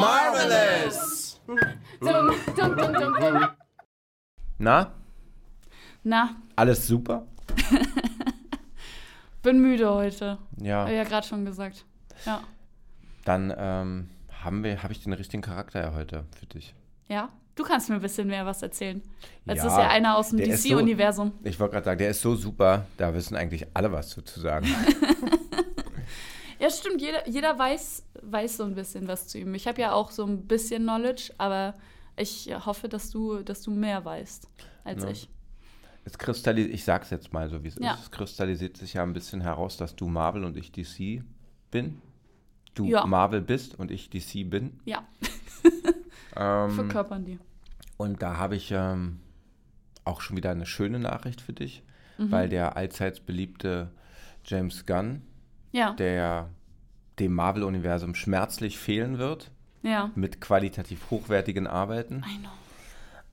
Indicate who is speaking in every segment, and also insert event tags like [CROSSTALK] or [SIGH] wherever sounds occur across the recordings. Speaker 1: Marvelous!
Speaker 2: Na,
Speaker 3: Na,
Speaker 2: alles super?
Speaker 3: bin müde heute.
Speaker 2: Ja,
Speaker 3: Hab ich ja gerade schon gesagt. Ja.
Speaker 2: dann ähm, haben wir, habe ich den richtigen Charakter ja heute für dich.
Speaker 3: Ja. Du kannst mir ein bisschen mehr was erzählen. Jetzt
Speaker 2: Ja,
Speaker 3: ist ja einer aus dem
Speaker 2: der ist so-
Speaker 3: DC-Universum.
Speaker 2: Ich wollte gerade sagen, der ist so super, da wissen eigentlich alle was zu,
Speaker 3: [LAUGHS]
Speaker 2: zu sagen.
Speaker 3: Ja, stimmt. Jeder, jeder weiß, weiß so ein bisschen was zu ihm. Ich habe ja auch so ein bisschen Knowledge, aber ich hoffe, dass du, dass du mehr weißt als
Speaker 2: Ja.
Speaker 3: ich.
Speaker 2: Es kristallisiert, ich sag's jetzt mal so, wie es
Speaker 3: Ja.
Speaker 2: ist. Es kristallisiert sich ja ein bisschen heraus, dass du Marvel und ich DC bin. Du
Speaker 3: Ja.
Speaker 2: Marvel bist und ich DC bin.
Speaker 3: Ja,
Speaker 2: Ähm,
Speaker 3: verkörpern die.
Speaker 2: und da habe ich ähm, auch schon wieder eine schöne Nachricht für dich,
Speaker 3: Mhm.
Speaker 2: weil der allseits beliebte James Gunn,
Speaker 3: Ja,
Speaker 2: der ja dem Marvel-Universum schmerzlich fehlen wird,
Speaker 3: ja.
Speaker 2: mit qualitativ hochwertigen Arbeiten.
Speaker 3: I know.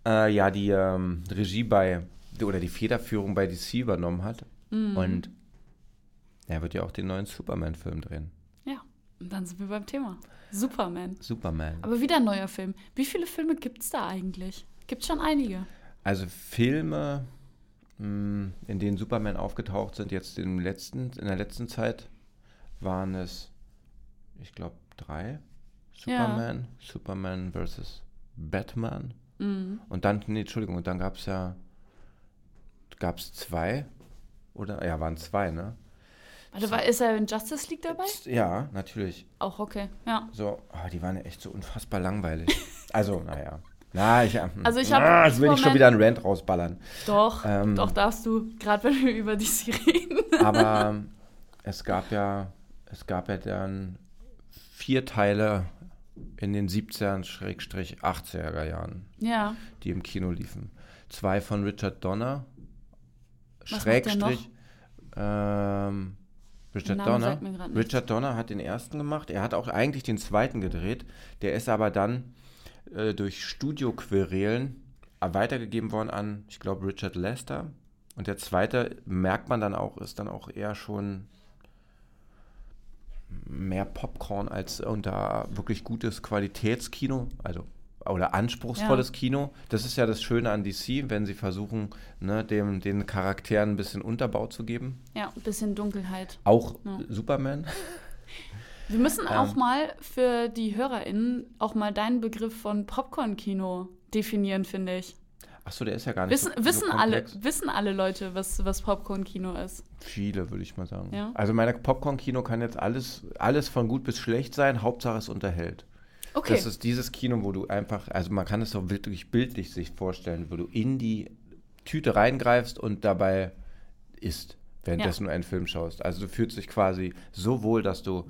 Speaker 2: äh, ja die ähm, Regie bei oder die Federführung bei DC übernommen hat. Und er wird ja auch den neuen Superman-Film drehen.
Speaker 3: Ja, und dann sind wir beim Thema. Superman.
Speaker 2: Superman.
Speaker 3: Aber wieder ein neuer Film. Wie viele Filme gibt es da eigentlich? Gibt schon einige.
Speaker 2: Also Filme, mh, in denen Superman aufgetaucht sind, jetzt im letzten, in der letzten Zeit waren es, ich glaube, drei.
Speaker 3: Ja.
Speaker 2: Superman, Superman versus Batman.
Speaker 3: Mhm.
Speaker 2: Und dann, nee, Entschuldigung, und dann gab es ja, gab es zwei, oder? Ja, waren zwei, ne?
Speaker 3: Warte, war, ist er in Justice League dabei?
Speaker 2: Ja, natürlich.
Speaker 3: Auch okay, ja.
Speaker 2: So, ah, die waren ja echt so unfassbar langweilig. Also, naja. Na, ich,
Speaker 3: [LAUGHS] Also ich hab
Speaker 2: Ah, jetzt will ich schon
Speaker 3: Superman-
Speaker 2: wieder einen Rant rausballern.
Speaker 3: Doch,
Speaker 2: Ähm.
Speaker 3: doch darfst du, gerade wenn wir über DC reden.
Speaker 2: Aber [LAUGHS] ähm, es gab ja, es gab ja dann vier Teile in den 70er-80er Jahren,
Speaker 3: Ja,
Speaker 2: die im Kino liefen. Zwei von Richard Donner.
Speaker 3: Was macht der
Speaker 2: Schrägstrich. Ähm, Richard
Speaker 3: Der Name
Speaker 2: Donner.
Speaker 3: sagt mir grad nichts.
Speaker 2: Richard Donner hat den ersten gemacht. Er hat auch eigentlich den zweiten gedreht. Der ist aber dann äh, durch Studioquerelen äh, weitergegeben worden an, ich glaube, Richard Lester. Und der zweite, merkt man dann auch, ist dann auch eher schon mehr Popcorn als unter wirklich gutes Qualitätskino, also oder anspruchsvolles
Speaker 3: Ja.
Speaker 2: Kino. Das ist ja das Schöne an DC, wenn sie versuchen, ne, dem, den Charakteren ein bisschen Unterbau zu geben.
Speaker 3: ja, ein bisschen Dunkelheit.
Speaker 2: Auch
Speaker 3: Ja.
Speaker 2: Superman.
Speaker 3: Wir müssen
Speaker 2: Ähm.
Speaker 3: auch mal für die HörerInnen auch mal deinen Begriff von Popcorn-Kino definieren, finde ich.
Speaker 2: Achso, der ist ja gar nicht
Speaker 3: Wissen,
Speaker 2: so,
Speaker 3: wissen,
Speaker 2: so
Speaker 3: alle,
Speaker 2: komplex.
Speaker 3: wissen alle Leute, was, was Popcorn-Kino ist?
Speaker 2: Viele, würde ich mal sagen.
Speaker 3: Ja.
Speaker 2: Also mein Popcorn-Kino kann jetzt alles, alles von gut bis schlecht sein, Hauptsache es unterhält.
Speaker 3: Okay.
Speaker 2: Das ist dieses Kino, wo du einfach, also man kann es doch wirklich bildlich sich vorstellen, wo du in die Tüte reingreifst und dabei isst, währenddessen du einen Film schaust. Also du fühlst dich quasi so wohl, dass du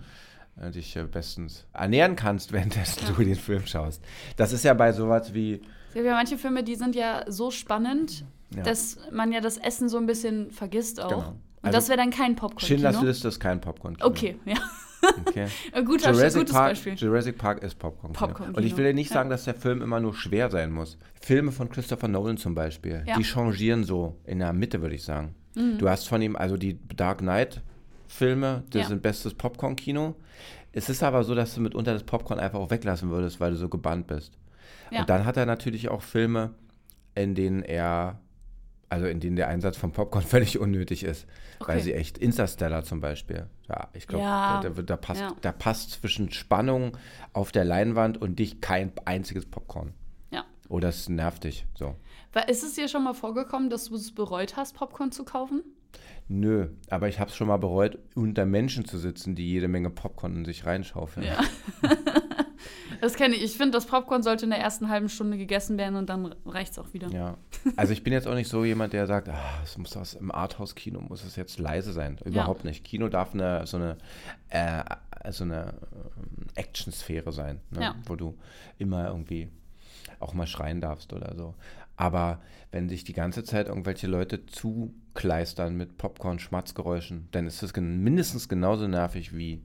Speaker 2: äh, dich äh, bestens ernähren kannst, [LAUGHS] währenddessen du den Film schaust. Das ist ja bei sowas wie,
Speaker 3: Es gibt ja manche Filme, die sind ja so spannend,
Speaker 2: Ja.
Speaker 3: dass man ja das Essen so ein bisschen vergisst auch.
Speaker 2: Genau.
Speaker 3: Und
Speaker 2: Also,
Speaker 3: das wäre dann kein Popcorn-Kino.
Speaker 2: Schindlers Liste ist kein Popcorn-Kino.
Speaker 3: Okay, [LAUGHS] ja. [LAUGHS]
Speaker 2: okay?
Speaker 3: Ein guter,
Speaker 2: Jurassic
Speaker 3: gutes
Speaker 2: Park,
Speaker 3: Beispiel.
Speaker 2: Jurassic Park ist Popcorn.
Speaker 3: Popcorn-Kino.
Speaker 2: Und ich will ja nicht
Speaker 3: Ja.
Speaker 2: sagen, dass der Film immer nur schwer sein muss. Filme von Christopher Nolan zum Beispiel,
Speaker 3: Ja. Mhm.
Speaker 2: die changieren so in der Mitte, würde ich sagen. Du hast von ihm, also die Dark Knight-Filme, das
Speaker 3: Ja.
Speaker 2: sind bestes Popcorn-Kino. Es ist aber so, dass du mitunter das Popcorn einfach auch weglassen würdest, weil du so gebannt bist.
Speaker 3: Ja.
Speaker 2: Und dann hat er natürlich auch Filme, in denen er, also in denen der Einsatz von Popcorn [LAUGHS] völlig unnötig ist. Weil
Speaker 3: Okay.
Speaker 2: sie echt, Interstellar zum Beispiel. Ja, ich glaube,
Speaker 3: Ja.
Speaker 2: da, da, da, passt,
Speaker 3: Ja.
Speaker 2: da passt zwischen Spannung auf der Leinwand und dich kein einziges Popcorn.
Speaker 3: ja.
Speaker 2: Oder es nervt dich. So.
Speaker 3: Weil ist es dir schon mal vorgekommen, dass du es bereut hast, Popcorn zu kaufen?
Speaker 2: Nö, aber ich habe es schon mal bereut, unter Menschen zu sitzen, die jede Menge Popcorn in sich reinschaufeln.
Speaker 3: Ja. Das kenne ich. Ich finde, das Popcorn sollte in der ersten halben Stunde gegessen werden und dann reicht es auch wieder.
Speaker 2: Ja. [LAUGHS] Also ich bin jetzt auch nicht so jemand, der sagt, ah, es muss das im Arthouse-Kino muss es jetzt leise sein. Überhaupt nicht. Kino darf eine so eine, äh, so eine ähm, Action-Sphäre sein, ne?
Speaker 3: Ja.
Speaker 2: wo du immer irgendwie auch mal schreien darfst oder so. Aber wenn sich die ganze Zeit irgendwelche Leute zukleistern mit Popcorn, Schmatzgeräuschen, dann ist das gen mindestens genauso nervig wie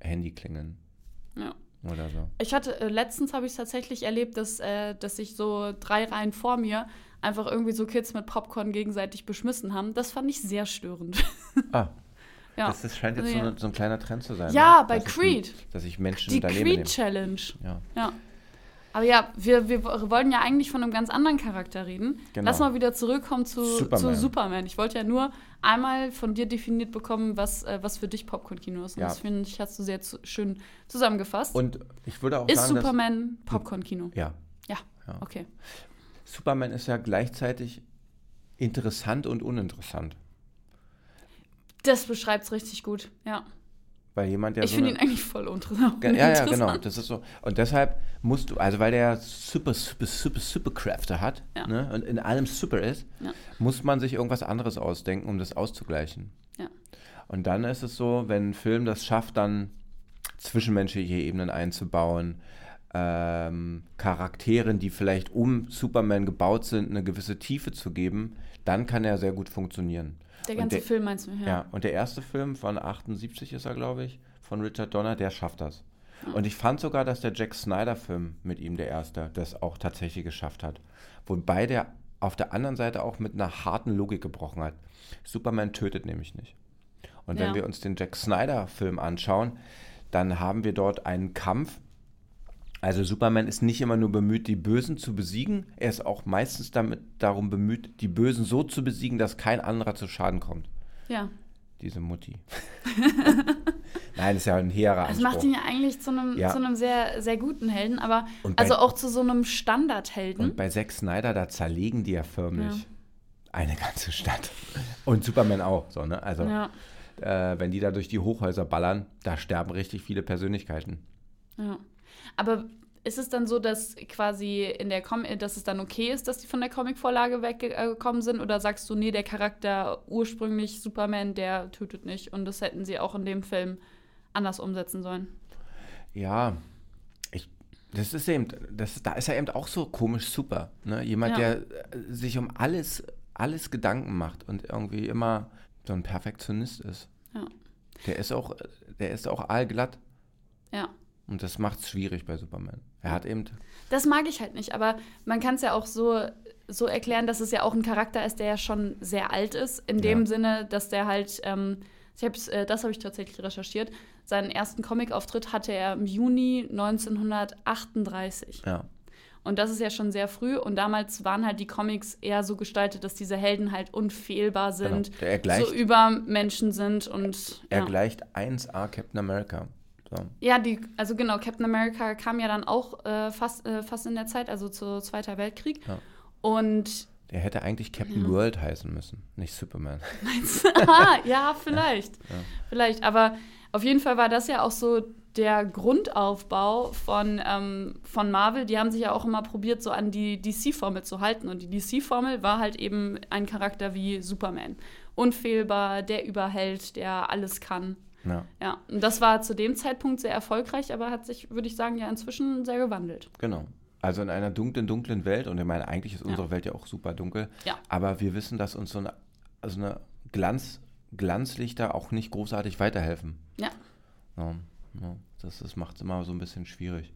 Speaker 2: Handyklingeln.
Speaker 3: Ja.
Speaker 2: oder
Speaker 3: [LAUGHS]
Speaker 2: so.
Speaker 3: Ich hatte, äh, letztens habe ich es tatsächlich erlebt, dass, äh, dass ich so drei Reihen vor mir einfach irgendwie so Kids mit Popcorn gegenseitig beschmissen haben. Das fand ich sehr störend. [LAUGHS]
Speaker 2: Ah,
Speaker 3: ja.
Speaker 2: das, das scheint jetzt
Speaker 3: Also,
Speaker 2: so,
Speaker 3: ja.
Speaker 2: ein- so ein kleiner Trend zu sein.
Speaker 3: Ja,
Speaker 2: ne?
Speaker 3: bei
Speaker 2: dass
Speaker 3: Creed.
Speaker 2: Ich, dass ich Menschen
Speaker 3: Die
Speaker 2: daneben
Speaker 3: Creed
Speaker 2: nehme.
Speaker 3: Challenge.
Speaker 2: Ja.
Speaker 3: Ja. Aber ja, wir, wir wollen ja eigentlich von einem ganz anderen Charakter reden.
Speaker 2: Genau.
Speaker 3: Lass mal wieder zurückkommen zu Superman. zu
Speaker 2: Superman.
Speaker 3: Superman. Ich wollte ja nur einmal von dir definiert bekommen, was, äh, was für dich Popcorn-Kino ist. Und
Speaker 2: Ja.
Speaker 3: das finde ich, hast du sehr zu, schön zusammengefasst.
Speaker 2: Und ich würde auch
Speaker 3: ist
Speaker 2: sagen,
Speaker 3: Superman Popcorn-Kino?
Speaker 2: dass, ja,
Speaker 3: Ja.
Speaker 2: Ja.
Speaker 3: Okay.
Speaker 2: Superman ist ja gleichzeitig interessant und uninteressant.
Speaker 3: Das beschreibt es richtig gut. Ja.
Speaker 2: Weil jemand, der
Speaker 3: ich
Speaker 2: so
Speaker 3: finde
Speaker 2: eine-
Speaker 3: ihn eigentlich voll uninteressant.
Speaker 2: Ge- Ja, ja, genau. Das ist so. Und deshalb musst du, also weil der ja super, super, super, super Kräfte hat
Speaker 3: Ja.
Speaker 2: ne, und in allem super ist,
Speaker 3: Ja.
Speaker 2: muss man sich irgendwas anderes ausdenken, um das auszugleichen.
Speaker 3: Ja.
Speaker 2: Und dann ist es so, wenn ein Film das schafft, dann zwischenmenschliche Ebenen einzubauen, ähm, Charakteren, die vielleicht um Superman gebaut sind, eine gewisse Tiefe zu geben, dann kann er sehr gut funktionieren.
Speaker 3: Der
Speaker 2: Und
Speaker 3: ganze
Speaker 2: der-
Speaker 3: Film meinst du? Ja.
Speaker 2: ja, und der erste Film von 78 ist er, glaube ich, von Richard Donner, der schafft das.
Speaker 3: Ah.
Speaker 2: Und ich fand sogar, dass der Jack Snyder-Film mit ihm, der erste, das auch tatsächlich geschafft hat. Wobei der auf der anderen Seite auch mit einer harten Logik gebrochen hat. Superman tötet nämlich nicht. Und wenn
Speaker 3: Ja.
Speaker 2: wir uns den Jack Snyder-Film anschauen, dann haben wir dort einen Kampf. Also Superman ist nicht immer nur bemüht, die Bösen zu besiegen, er ist auch meistens damit darum bemüht, die Bösen so zu besiegen, dass kein anderer zu Schaden kommt
Speaker 3: ja.
Speaker 2: diese Mutti.
Speaker 3: [LAUGHS]
Speaker 2: Nein, ist ja ein hehrer
Speaker 3: Das
Speaker 2: Anspruch.
Speaker 3: Also macht ihn ja eigentlich zu einem,
Speaker 2: Ja.
Speaker 3: zu einem sehr, sehr guten Helden, aber
Speaker 2: Und bei-
Speaker 3: also auch zu so einem Standardhelden.
Speaker 2: Und bei Zack Snyder, da zerlegen die ja förmlich eine ganze Stadt. Und Superman auch, so, ne? Also,
Speaker 3: Ja,
Speaker 2: äh, wenn die da durch die Hochhäuser ballern, da sterben richtig viele Persönlichkeiten.
Speaker 3: ja. Aber ist es dann so, dass quasi in der Com dass es dann okay ist, dass die von der Comicvorlage weggekommen sind? Oder sagst du, nee, der Charakter ursprünglich Superman, der tötet nicht und das hätten sie auch in dem Film anders umsetzen sollen?
Speaker 2: Ja, ich, das ist eben, das, da ist er eben auch so komisch super. Ne? Jemand,
Speaker 3: Ja.
Speaker 2: der äh, sich um alles, alles Gedanken macht und irgendwie immer so ein Perfektionist ist.
Speaker 3: Ja.
Speaker 2: Der ist auch, der ist auch allglatt.
Speaker 3: Ja.
Speaker 2: Und das macht's schwierig bei Superman. Er hat eben
Speaker 3: Das mag ich halt nicht, aber man kann es ja auch so, so erklären, dass es ja auch ein Charakter ist, der ja schon sehr alt ist. In dem
Speaker 2: Ja.
Speaker 3: Sinne, dass der halt, ähm, ich hab's, äh, das habe ich tatsächlich recherchiert, seinen ersten Comic-Auftritt hatte er im Juni 1938.
Speaker 2: Ja,
Speaker 3: Und das ist ja schon sehr früh. Und damals waren halt die Comics eher so gestaltet, dass diese Helden halt unfehlbar sind,
Speaker 2: Genau. Er gleicht-
Speaker 3: so über Menschen sind und.
Speaker 2: er
Speaker 3: ja.
Speaker 2: gleicht 1A Captain America. So.
Speaker 3: Ja, die, also genau, Captain America kam ja dann auch äh, fast, äh, fast in der Zeit, also zu Zweiter Weltkrieg.
Speaker 2: Ja.
Speaker 3: Und
Speaker 2: Der hätte eigentlich Captain World heißen müssen, nicht Superman.
Speaker 3: ah, [LAUGHS] ja, vielleicht. Vielleicht. Aber auf jeden Fall war das ja auch so der Grundaufbau von, ähm, von Marvel. Die haben sich ja auch immer probiert, so an die DC-Formel zu halten. Und die DC-Formel war halt eben ein Charakter wie Superman. Unfehlbar, der Überheld, der alles kann.
Speaker 2: Ja,
Speaker 3: Ja, und das war zu dem Zeitpunkt sehr erfolgreich, aber hat sich, würde ich sagen, ja inzwischen sehr gewandelt.
Speaker 2: genau. Also in einer dunklen, dunklen Welt, und ich meine, eigentlich ist unsere Welt ja auch super dunkel,
Speaker 3: Ja.
Speaker 2: aber wir wissen, dass uns so eine, so eine Glanz, Glanzlichter auch nicht großartig weiterhelfen.
Speaker 3: Ja,
Speaker 2: Ja, ja. Das, das macht es immer so ein bisschen schwierig.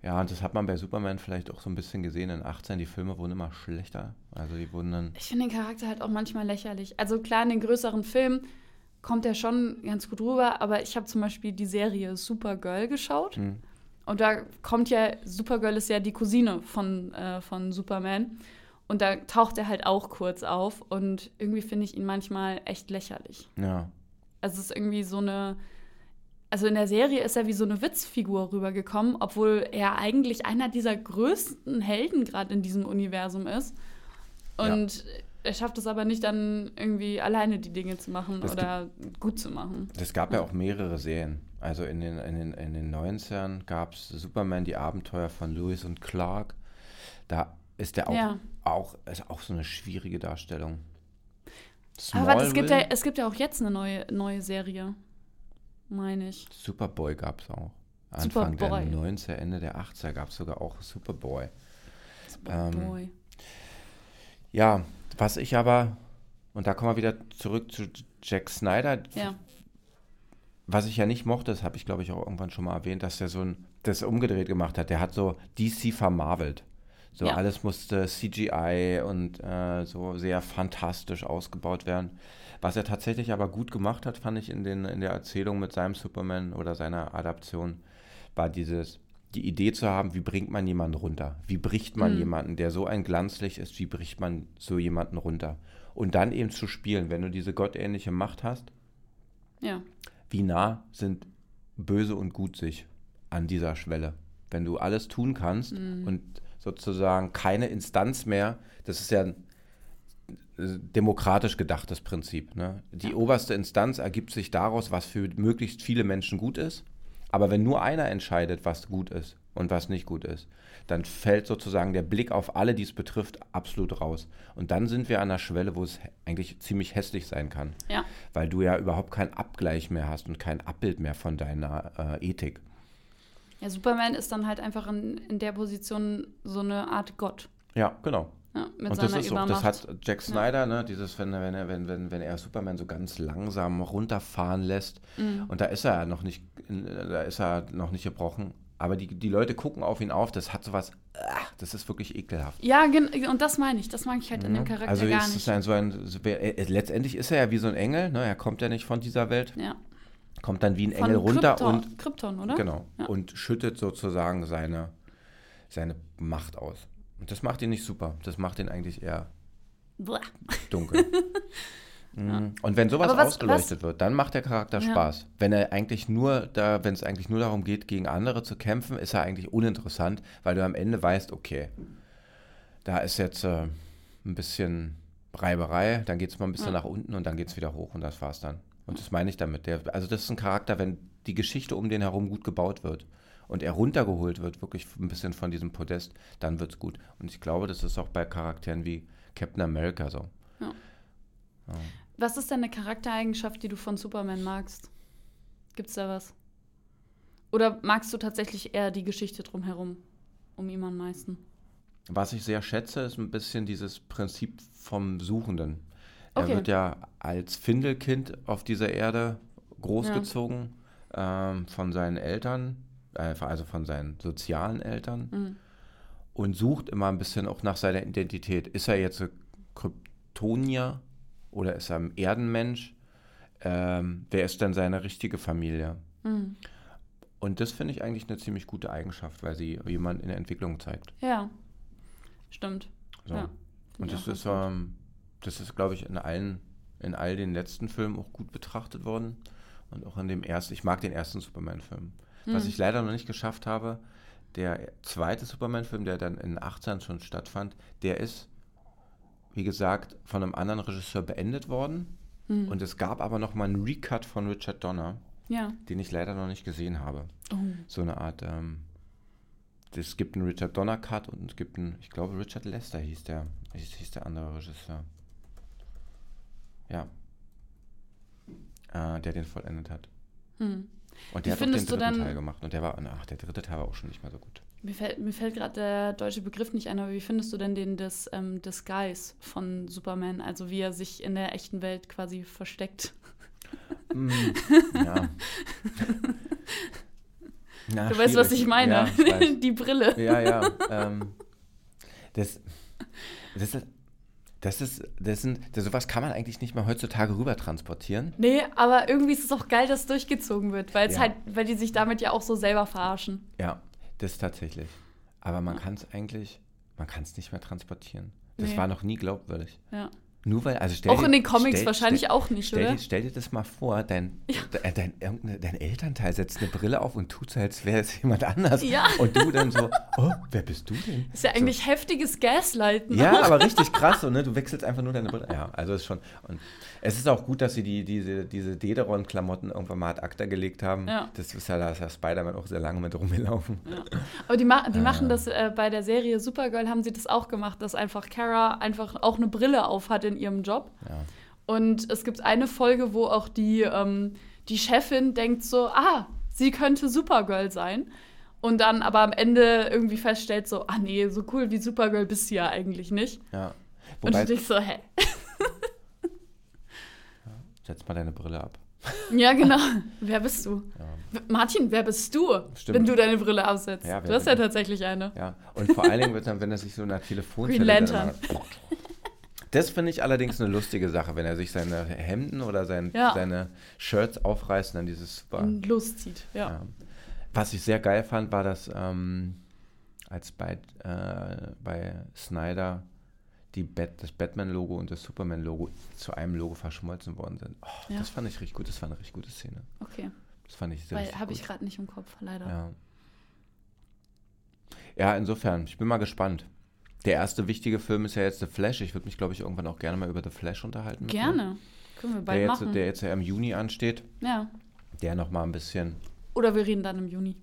Speaker 2: Ja, und das hat man bei Superman vielleicht auch so ein bisschen gesehen. In 18, die Filme wurden immer schlechter. Also die wurden dann.
Speaker 3: Ich finde den Charakter halt auch manchmal lächerlich. Also klar, in den größeren Filmen kommt er schon ganz gut rüber, aber ich habe zum Beispiel die Serie Supergirl geschaut.
Speaker 2: Hm.
Speaker 3: Und da kommt ja, Supergirl ist ja die Cousine von, äh, von Superman. Und da taucht er halt auch kurz auf. Und irgendwie finde ich ihn manchmal echt lächerlich.
Speaker 2: Ja,
Speaker 3: Also es ist irgendwie so eine. Also in der Serie ist er wie so eine Witzfigur rübergekommen, obwohl er eigentlich einer dieser größten Helden gerade in diesem Universum ist.
Speaker 2: Ja.
Speaker 3: Und er schafft es aber nicht, dann irgendwie alleine die Dinge zu machen
Speaker 2: Das
Speaker 3: oder gut zu machen.
Speaker 2: Es gab ja auch mehrere Serien. Also in den, in den, in den 90ern gab es Superman, die Abenteuer von Lewis und Clark. Da ist der auch,
Speaker 3: Ja.
Speaker 2: auch, ist auch so eine schwierige Darstellung.
Speaker 3: Aber warte, es gibt, ja,
Speaker 2: Smallville,
Speaker 3: es gibt ja auch jetzt eine neue, neue Serie, meine ich.
Speaker 2: Superboy gab es auch. Anfang
Speaker 3: Superboy.
Speaker 2: der 90er, Ende der 80er gab es sogar auch Superboy. Ähm,
Speaker 3: Superboy.
Speaker 2: Ja, was ich aber, und da kommen wir wieder zurück zu Jack Snyder,
Speaker 3: ja.
Speaker 2: was ich ja nicht mochte, das habe ich glaube ich auch irgendwann schon mal erwähnt, dass der so ein, das umgedreht gemacht hat. Der hat so DC vermarvelt. So
Speaker 3: Ja.
Speaker 2: alles musste CGI und äh, so sehr fantastisch ausgebaut werden. Was er tatsächlich aber gut gemacht hat, fand ich in, den, in der Erzählung mit seinem Superman oder seiner Adaption, war dieses, die Idee zu haben, wie bringt man jemanden runter? Wie bricht man jemanden, der so ein Glanzlicht ist, wie bricht man so jemanden runter? Und dann eben zu spielen, wenn du diese gottähnliche Macht hast,
Speaker 3: Ja.
Speaker 2: wie nah sind böse und gut sich an dieser Schwelle. Wenn du alles tun kannst und sozusagen keine Instanz mehr, das ist ja ein äh, demokratisch gedachtes Prinzip. Ne? Die oberste Instanz ergibt sich daraus, was für möglichst viele Menschen gut ist. Aber wenn nur einer entscheidet, was gut ist und was nicht gut ist, dann fällt sozusagen der Blick auf alle, die es betrifft, absolut raus. Und dann sind wir an der Schwelle, wo es eigentlich ziemlich hässlich sein kann
Speaker 3: Ja.
Speaker 2: weil du ja überhaupt keinen Abgleich mehr hast und kein Abbild mehr von deiner äh, Ethik.
Speaker 3: Ja, Superman ist dann halt einfach in, in der Position so eine Art Gott.
Speaker 2: Ja, genau.
Speaker 3: Ja, mit
Speaker 2: und das
Speaker 3: seiner
Speaker 2: ist auch,
Speaker 3: Übermacht.
Speaker 2: das hat Jack Snyder, ne, dieses, wenn, er- wenn, er- wenn, wenn, wenn er Superman so ganz langsam runterfahren lässt,
Speaker 3: Mhm.
Speaker 2: und da ist er ja noch nicht, in- da ist er noch nicht gebrochen. Aber die, die Leute gucken auf ihn auf, das hat sowas, ah, das ist wirklich ekelhaft.
Speaker 3: ja, gen- und das meine ich. Das mag ich halt in dem Charakter
Speaker 2: also
Speaker 3: gar
Speaker 2: ist
Speaker 3: nicht.
Speaker 2: es ein, so ein, so, äh, äh, letztendlich ist er ja wie so ein Engel, ne? er kommt ja nicht von dieser Welt,
Speaker 3: ja.
Speaker 2: kommt dann wie ein
Speaker 3: Von
Speaker 2: Engel runter
Speaker 3: Krypton,
Speaker 2: und
Speaker 3: Krypton, oder?
Speaker 2: Genau.
Speaker 3: Ja.
Speaker 2: Und schüttet sozusagen seine, seine Macht aus. Und das macht ihn nicht super. Das macht ihn eigentlich eher
Speaker 3: Bleh. [LAUGHS]
Speaker 2: dunkel. Mm. Und wenn sowas
Speaker 3: Aber was-
Speaker 2: ausgeleuchtet wird, dann macht der Charakter
Speaker 3: Ja.
Speaker 2: Spaß. Wenn er eigentlich nur da, wenn es eigentlich nur darum geht, gegen andere zu kämpfen, ist er eigentlich uninteressant, weil du am Ende weißt, okay, da ist jetzt äh, ein bisschen Reiberei, dann geht es mal ein bisschen nach unten und dann geht es wieder hoch und das war's dann. Und das meine ich damit. Der, also das ist ein Charakter, wenn die Geschichte um den herum gut gebaut wird und er runtergeholt wird, wirklich ein bisschen von diesem Podest, dann wird's gut. Und ich glaube, das ist auch bei Charakteren wie Captain America so.
Speaker 3: Was ist denn eine Charaktereigenschaft, die du von Superman magst? Gibt's da was? Oder magst du tatsächlich eher die Geschichte drumherum? Um ihn am meisten.
Speaker 2: Was ich sehr schätze, ist ein bisschen dieses Prinzip vom Suchenden. Er
Speaker 3: Okay.
Speaker 2: wird ja als Findelkind auf dieser Erde großgezogen ähm, von seinen Eltern, äh, also von seinen sozialen Eltern
Speaker 3: Mhm.
Speaker 2: und sucht immer ein bisschen auch nach seiner Identität. Ist er jetzt ein Kryptonier oder ist er ein Erdenmensch? Ähm, wer ist denn seine richtige Familie?
Speaker 3: Mhm.
Speaker 2: Und das finde ich eigentlich eine ziemlich gute Eigenschaft, weil sie jemand in der Entwicklung zeigt.
Speaker 3: Ja. Stimmt.
Speaker 2: So.
Speaker 3: Ja,
Speaker 2: Und
Speaker 3: ich
Speaker 2: das
Speaker 3: auch
Speaker 2: ist, ähm, das ist, glaube ich, in allen, in all den letzten Filmen auch gut betrachtet worden. Und auch in dem ersten, ich mag den ersten Superman-Film. Was ich leider noch nicht geschafft habe, der zweite Superman-Film, der dann in 18 schon stattfand, der ist, wie gesagt, von einem anderen Regisseur beendet worden.
Speaker 3: Mhm. Hm.
Speaker 2: Und es gab aber nochmal einen Recut von Richard Donner,
Speaker 3: Ja.
Speaker 2: den ich leider noch nicht gesehen habe
Speaker 3: Oh.
Speaker 2: so eine Art, ähm, es gibt einen Richard Donner Cut und es gibt einen, ich glaube Richard Lester hieß der, hieß, hieß der andere Regisseur. Ja. Äh, der den vollendet hat.
Speaker 3: Hm.
Speaker 2: Und
Speaker 3: Wie
Speaker 2: der hat auch den
Speaker 3: findest du
Speaker 2: dritten
Speaker 3: dann-
Speaker 2: Teil gemacht. Und der war, ach, der dritte Teil war auch schon nicht mehr so gut.
Speaker 3: Mir fällt, mir fällt gerade der deutsche Begriff nicht ein, aber wie findest du denn den des, ähm, Disguise von Superman? Also wie er sich in der echten Welt quasi
Speaker 2: [LAUGHS]
Speaker 3: versteckt. [LAUGHS]
Speaker 2: Ja. Na,
Speaker 3: Du weißt, was
Speaker 2: schwierig.
Speaker 3: ich meine. [LAUGHS]
Speaker 2: Ja, ich weiß.
Speaker 3: Die Brille.
Speaker 2: Ja, ja. Ähm, das, das, ist- das ist, das sind, das, sowas kann man eigentlich nicht mehr heutzutage rüber transportieren.
Speaker 3: Nee, aber irgendwie ist es auch geil, dass durchgezogen wird, weil es
Speaker 2: Ja.
Speaker 3: halt, weil die sich damit ja auch so selber verarschen.
Speaker 2: Ja, das tatsächlich. Aber man kann es eigentlich, man kann es nicht mehr transportieren. Das
Speaker 3: Nee.
Speaker 2: war noch nie glaubwürdig.
Speaker 3: Ja.
Speaker 2: Nur weil, also stell
Speaker 3: Auch
Speaker 2: dir,
Speaker 3: in den Comics
Speaker 2: stell,
Speaker 3: wahrscheinlich
Speaker 2: stell,
Speaker 3: auch nicht,
Speaker 2: stell,
Speaker 3: oder?
Speaker 2: Dir, stell dir das mal vor, dein, de- äh, dein, irgendeine- dein Elternteil setzt eine Brille auf und tut so, als wäre es jemand anders.
Speaker 3: Ja.
Speaker 2: Und du dann so, oh, wer bist du denn?
Speaker 3: Ist ja
Speaker 2: so,
Speaker 3: eigentlich heftiges Gaslighten.
Speaker 2: ja, aber richtig krass, so, ne? Du wechselst einfach nur deine Brille. Ja, also ist schon. Und es ist auch gut, dass sie die, diese, diese Dederon-Klamotten irgendwann mal ad acta gelegt haben.
Speaker 3: Ja.
Speaker 2: Das ist ja, da ist ja Spider-Man auch sehr lange mit rumgelaufen.
Speaker 3: Aber die, ma die machen das äh, bei der Serie Supergirl, haben sie das auch gemacht, dass einfach Kara einfach auch eine Brille auf hat in ihrem Job.
Speaker 2: Ja.
Speaker 3: Und es gibt eine Folge, wo auch die, ähm, die Chefin denkt so, ah, sie könnte Supergirl sein. Und dann aber am Ende irgendwie feststellt so, ah nee, so cool wie Supergirl bist du ja eigentlich nicht.
Speaker 2: Ja.
Speaker 3: Und du denkst so, hä?
Speaker 2: Setz mal deine Brille ab.
Speaker 3: [LAUGHS] Ja, genau. wer bist du? W- Martin, wer bist du,
Speaker 2: Stimmt.
Speaker 3: wenn du deine Brille aufsetzt?
Speaker 2: Ja, wer
Speaker 3: du hast
Speaker 2: bin
Speaker 3: ja
Speaker 2: ich?
Speaker 3: tatsächlich eine.
Speaker 2: Ja, und vor allen Dingen, wird dann, wenn er sich so nach Telefonzelle...
Speaker 3: Green
Speaker 2: dann
Speaker 3: Lantern.
Speaker 2: macht. Das finde ich allerdings eine lustige Sache, wenn er sich seine Hemden oder sein,
Speaker 3: Ja. Mhm.
Speaker 2: seine Shirts aufreißt und dann dieses super...
Speaker 3: Und loszieht, ja.
Speaker 2: Ja. Was ich sehr geil fand, war, dass ähm, als bei, äh, bei Snyder die Bat das Batman-Logo und das Superman-Logo zu einem Logo verschmolzen worden sind. Oh,
Speaker 3: Ja.
Speaker 2: Das fand ich richtig gut. Das war eine richtig gute Szene.
Speaker 3: Okay,
Speaker 2: Das fand ich sehr
Speaker 3: weil
Speaker 2: richtig
Speaker 3: habe ich
Speaker 2: gut.
Speaker 3: gerade nicht im Kopf, leider.
Speaker 2: ja. ja, insofern, ich bin mal gespannt. Der erste wichtige Film ist ja jetzt The Flash. Ich würde mich, glaube ich, irgendwann auch gerne mal über The Flash unterhalten. mit dir.
Speaker 3: Gerne. Können wir bald
Speaker 2: Der jetzt,
Speaker 3: machen.
Speaker 2: der jetzt ja im Juni ansteht,
Speaker 3: ja.
Speaker 2: der noch mal ein bisschen
Speaker 3: Oder wir reden dann im Juni.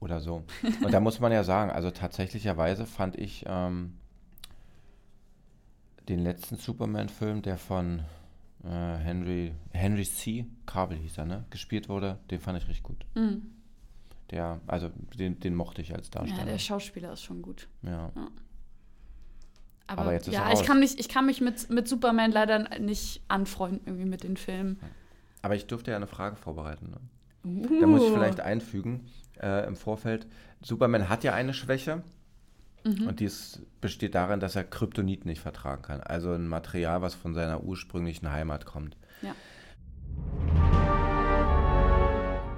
Speaker 2: Oder so. Und da muss man ja sagen, also tatsächlicherweise fand ich ähm, den letzten Superman-Film, der von äh, Henry, Henry C. Kabel hieß er, ne? Gespielt wurde, den fand ich richtig gut.
Speaker 3: Mhm.
Speaker 2: Der, also den, den mochte ich als
Speaker 3: Ja,
Speaker 2: Darsteller.
Speaker 3: der Schauspieler ist schon gut.
Speaker 2: Ja,
Speaker 3: Aber,
Speaker 2: Aber jetzt ist
Speaker 3: ja,
Speaker 2: er
Speaker 3: ich
Speaker 2: raus.
Speaker 3: kann mich, ich kann mich mit, mit Superman leider nicht anfreunden irgendwie mit den Filmen.
Speaker 2: Aber ich durfte ja eine Frage vorbereiten. Ne? Da muss ich
Speaker 3: Uh.
Speaker 2: vielleicht einfügen äh, im Vorfeld. Superman hat ja eine Schwäche.
Speaker 3: Mhm.
Speaker 2: Und die ist, besteht darin, dass er Kryptonit nicht vertragen kann. Also ein Material, was von seiner ursprünglichen Heimat kommt.
Speaker 3: Ja.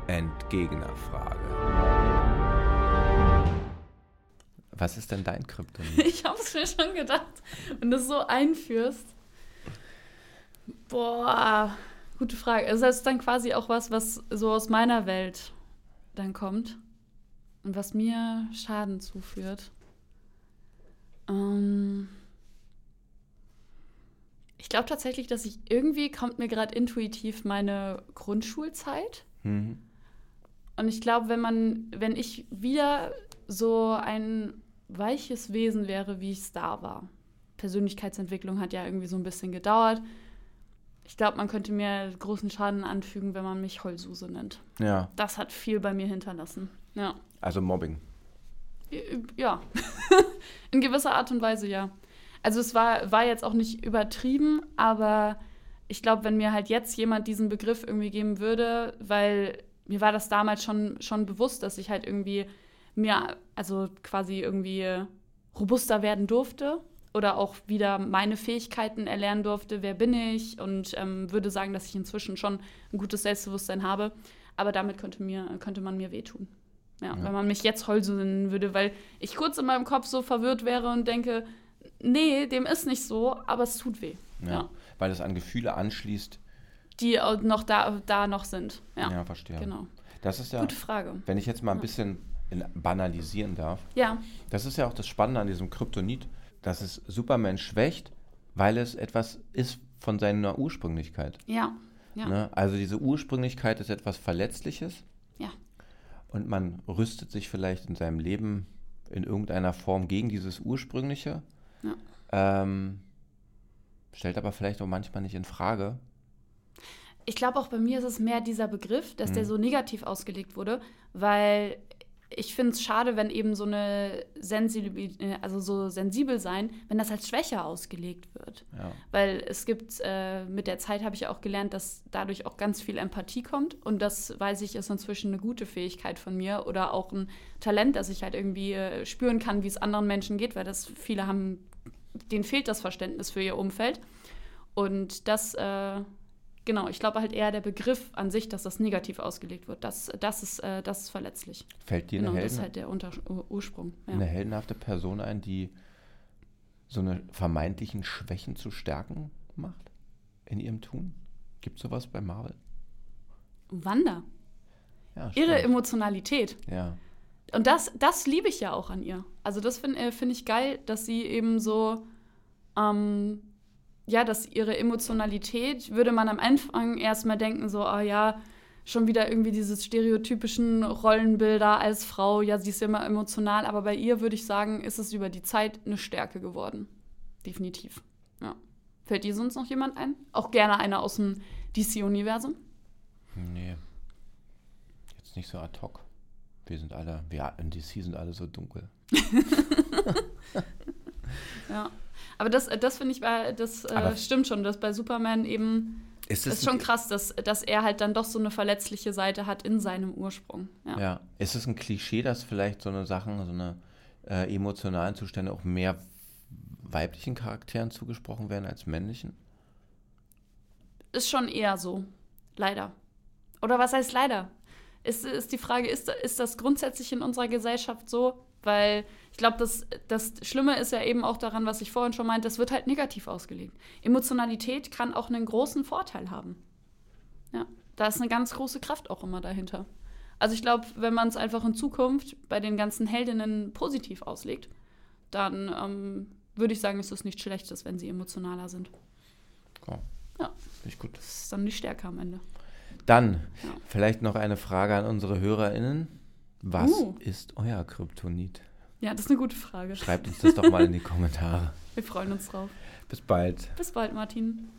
Speaker 2: Entgegnerfrage. Was ist denn
Speaker 3: [LAUGHS]
Speaker 2: dein Kryptonit?
Speaker 3: [LAUGHS] Ich habe es mir schon gedacht. Wenn du es so einführst. Boah, gute Frage. Ist das dann quasi auch was, was so aus meiner Welt dann kommt? Und was mir Schaden zuführt? Ähm ich glaube tatsächlich, dass ich irgendwie kommt mir gerade intuitiv meine Grundschulzeit.
Speaker 2: Mhm.
Speaker 3: Und ich glaube, wenn man, wenn ich wieder so ein weiches Wesen wäre, wie ich da war. Persönlichkeitsentwicklung hat ja irgendwie so ein bisschen gedauert. Ich glaube, man könnte mir großen Schaden anfügen, wenn man mich Heulsuse nennt.
Speaker 2: Ja,
Speaker 3: Das hat viel bei mir hinterlassen. Ja.
Speaker 2: also Mobbing.
Speaker 3: Ja. [LAUGHS] In gewisser Art und Weise, ja. Also es war, war jetzt auch nicht übertrieben, aber ich glaube, wenn mir halt jetzt jemand diesen Begriff irgendwie geben würde, weil mir war das damals schon, schon bewusst, dass ich halt irgendwie mir, also quasi irgendwie robuster werden durfte oder auch wieder meine Fähigkeiten erlernen durfte, wer bin ich und ähm, würde sagen, dass ich inzwischen schon ein gutes Selbstbewusstsein habe. Aber damit könnte, mir, könnte man mir wehtun. Ja,
Speaker 2: Ja.
Speaker 3: wenn man mich jetzt Heulsuse nennen würde, weil ich kurz in meinem Kopf so verwirrt wäre und denke, nee, dem ist nicht so, aber es tut weh.
Speaker 2: Ja.
Speaker 3: Ja.
Speaker 2: Weil das an Gefühle anschließt.
Speaker 3: Die auch noch da, da noch sind. Ja,
Speaker 2: Ja, verstehe.
Speaker 3: genau.
Speaker 2: Das ist ja,
Speaker 3: Gute Frage.
Speaker 2: wenn ich jetzt mal ein
Speaker 3: Ja.
Speaker 2: bisschen in, banalisieren darf,
Speaker 3: Ja,
Speaker 2: Das ist ja auch das Spannende an diesem Kryptonit, dass es Superman schwächt, weil es etwas ist von seiner Ursprünglichkeit.
Speaker 3: ja, ja,
Speaker 2: Ne? Also diese Ursprünglichkeit ist etwas Verletzliches
Speaker 3: ja.
Speaker 2: und man rüstet sich vielleicht in seinem Leben in irgendeiner Form gegen dieses Ursprüngliche,
Speaker 3: Ja.
Speaker 2: ähm, stellt aber vielleicht auch manchmal nicht in Frage.
Speaker 3: Ich glaube, auch bei mir ist es mehr dieser Begriff, dass der
Speaker 2: Mhm.
Speaker 3: so negativ ausgelegt wurde, weil ich finde es schade, wenn eben so eine Sensibilität, also so sensibel sein, wenn das als Schwäche ausgelegt wird.
Speaker 2: Ja.
Speaker 3: Weil es gibt, äh, mit der Zeit habe ich auch gelernt, dass dadurch auch ganz viel Empathie kommt. Und das weiß ich, ist inzwischen eine gute Fähigkeit von mir oder auch ein Talent, dass ich halt irgendwie äh, spüren kann, wie es anderen Menschen geht, weil das viele haben, denen fehlt das Verständnis für ihr Umfeld. Und das, äh, genau, ich glaube halt eher der Begriff an sich, dass das negativ ausgelegt wird. Das, das, ist, äh, das ist verletzlich.
Speaker 2: Fällt dir
Speaker 3: genau,
Speaker 2: eine,
Speaker 3: das ist
Speaker 2: Helden,
Speaker 3: halt der Unter Ur- Ursprung.
Speaker 2: eine
Speaker 3: Ja.
Speaker 2: heldenhafte Person ein, die so eine vermeintlichen Schwächen zu Stärken macht in ihrem Tun? Gibt sowas bei Marvel?
Speaker 3: Wanda.
Speaker 2: Ja,
Speaker 3: Ihre
Speaker 2: stimmt.
Speaker 3: Emotionalität.
Speaker 2: Ja,
Speaker 3: Und das, das liebe ich ja auch an ihr. Also das finde äh, find ich geil, dass sie eben so, ähm, ja, dass ihre Emotionalität, würde man am Anfang erstmal denken, so, ah ja, schon wieder irgendwie dieses stereotypischen Rollenbilder als Frau, ja, sie ist ja immer emotional, aber bei ihr würde ich sagen, ist es über die Zeit eine Stärke geworden. Definitiv. Ja. Fällt dir sonst noch jemand ein? Auch gerne einer aus dem DC-Universum?
Speaker 2: nee. Jetzt nicht so ad hoc. Wir sind alle, wir in DC sind alle so dunkel.
Speaker 3: Ja. Aber das, das finde ich, äh, war- das äh,
Speaker 2: Aber-
Speaker 3: stimmt schon, dass bei Superman eben
Speaker 2: Ist
Speaker 3: Das
Speaker 2: es
Speaker 3: ist schon krass, dass, dass er halt dann doch so eine verletzliche Seite hat in seinem Ursprung. Ja.
Speaker 2: Ja. Ist es ein Klischee, dass vielleicht so eine Sachen, so eine äh, emotionalen Zustände auch mehr weiblichen Charakteren zugesprochen werden als männlichen?
Speaker 3: Ist schon eher so. Leider. Oder was heißt leider? Ist, ist die Frage, ist, ist das grundsätzlich in unserer Gesellschaft so? Weil ich glaube, das, das Schlimme ist ja eben auch daran, was ich vorhin schon meinte, das wird halt negativ ausgelegt. Emotionalität kann auch einen großen Vorteil haben. Ja, da ist eine ganz große Kraft auch immer dahinter. Also ich glaube, wenn man es einfach in Zukunft bei den ganzen Heldinnen positiv auslegt, dann ähm, würde ich sagen, ist es nichts Schlechtes, wenn sie emotionaler sind.
Speaker 2: Ja.
Speaker 3: Ja.
Speaker 2: Finde ich gut.
Speaker 3: Das ist dann die Stärke am Ende.
Speaker 2: Dann
Speaker 3: Ja.
Speaker 2: vielleicht noch eine Frage an unsere HörerInnen. Was
Speaker 3: Uh.
Speaker 2: ist euer Kryptonit?
Speaker 3: Ja, das ist eine gute Frage.
Speaker 2: Schreibt uns das doch mal in die Kommentare.
Speaker 3: Wir freuen uns drauf.
Speaker 2: Bis bald.
Speaker 3: Bis bald, Martin.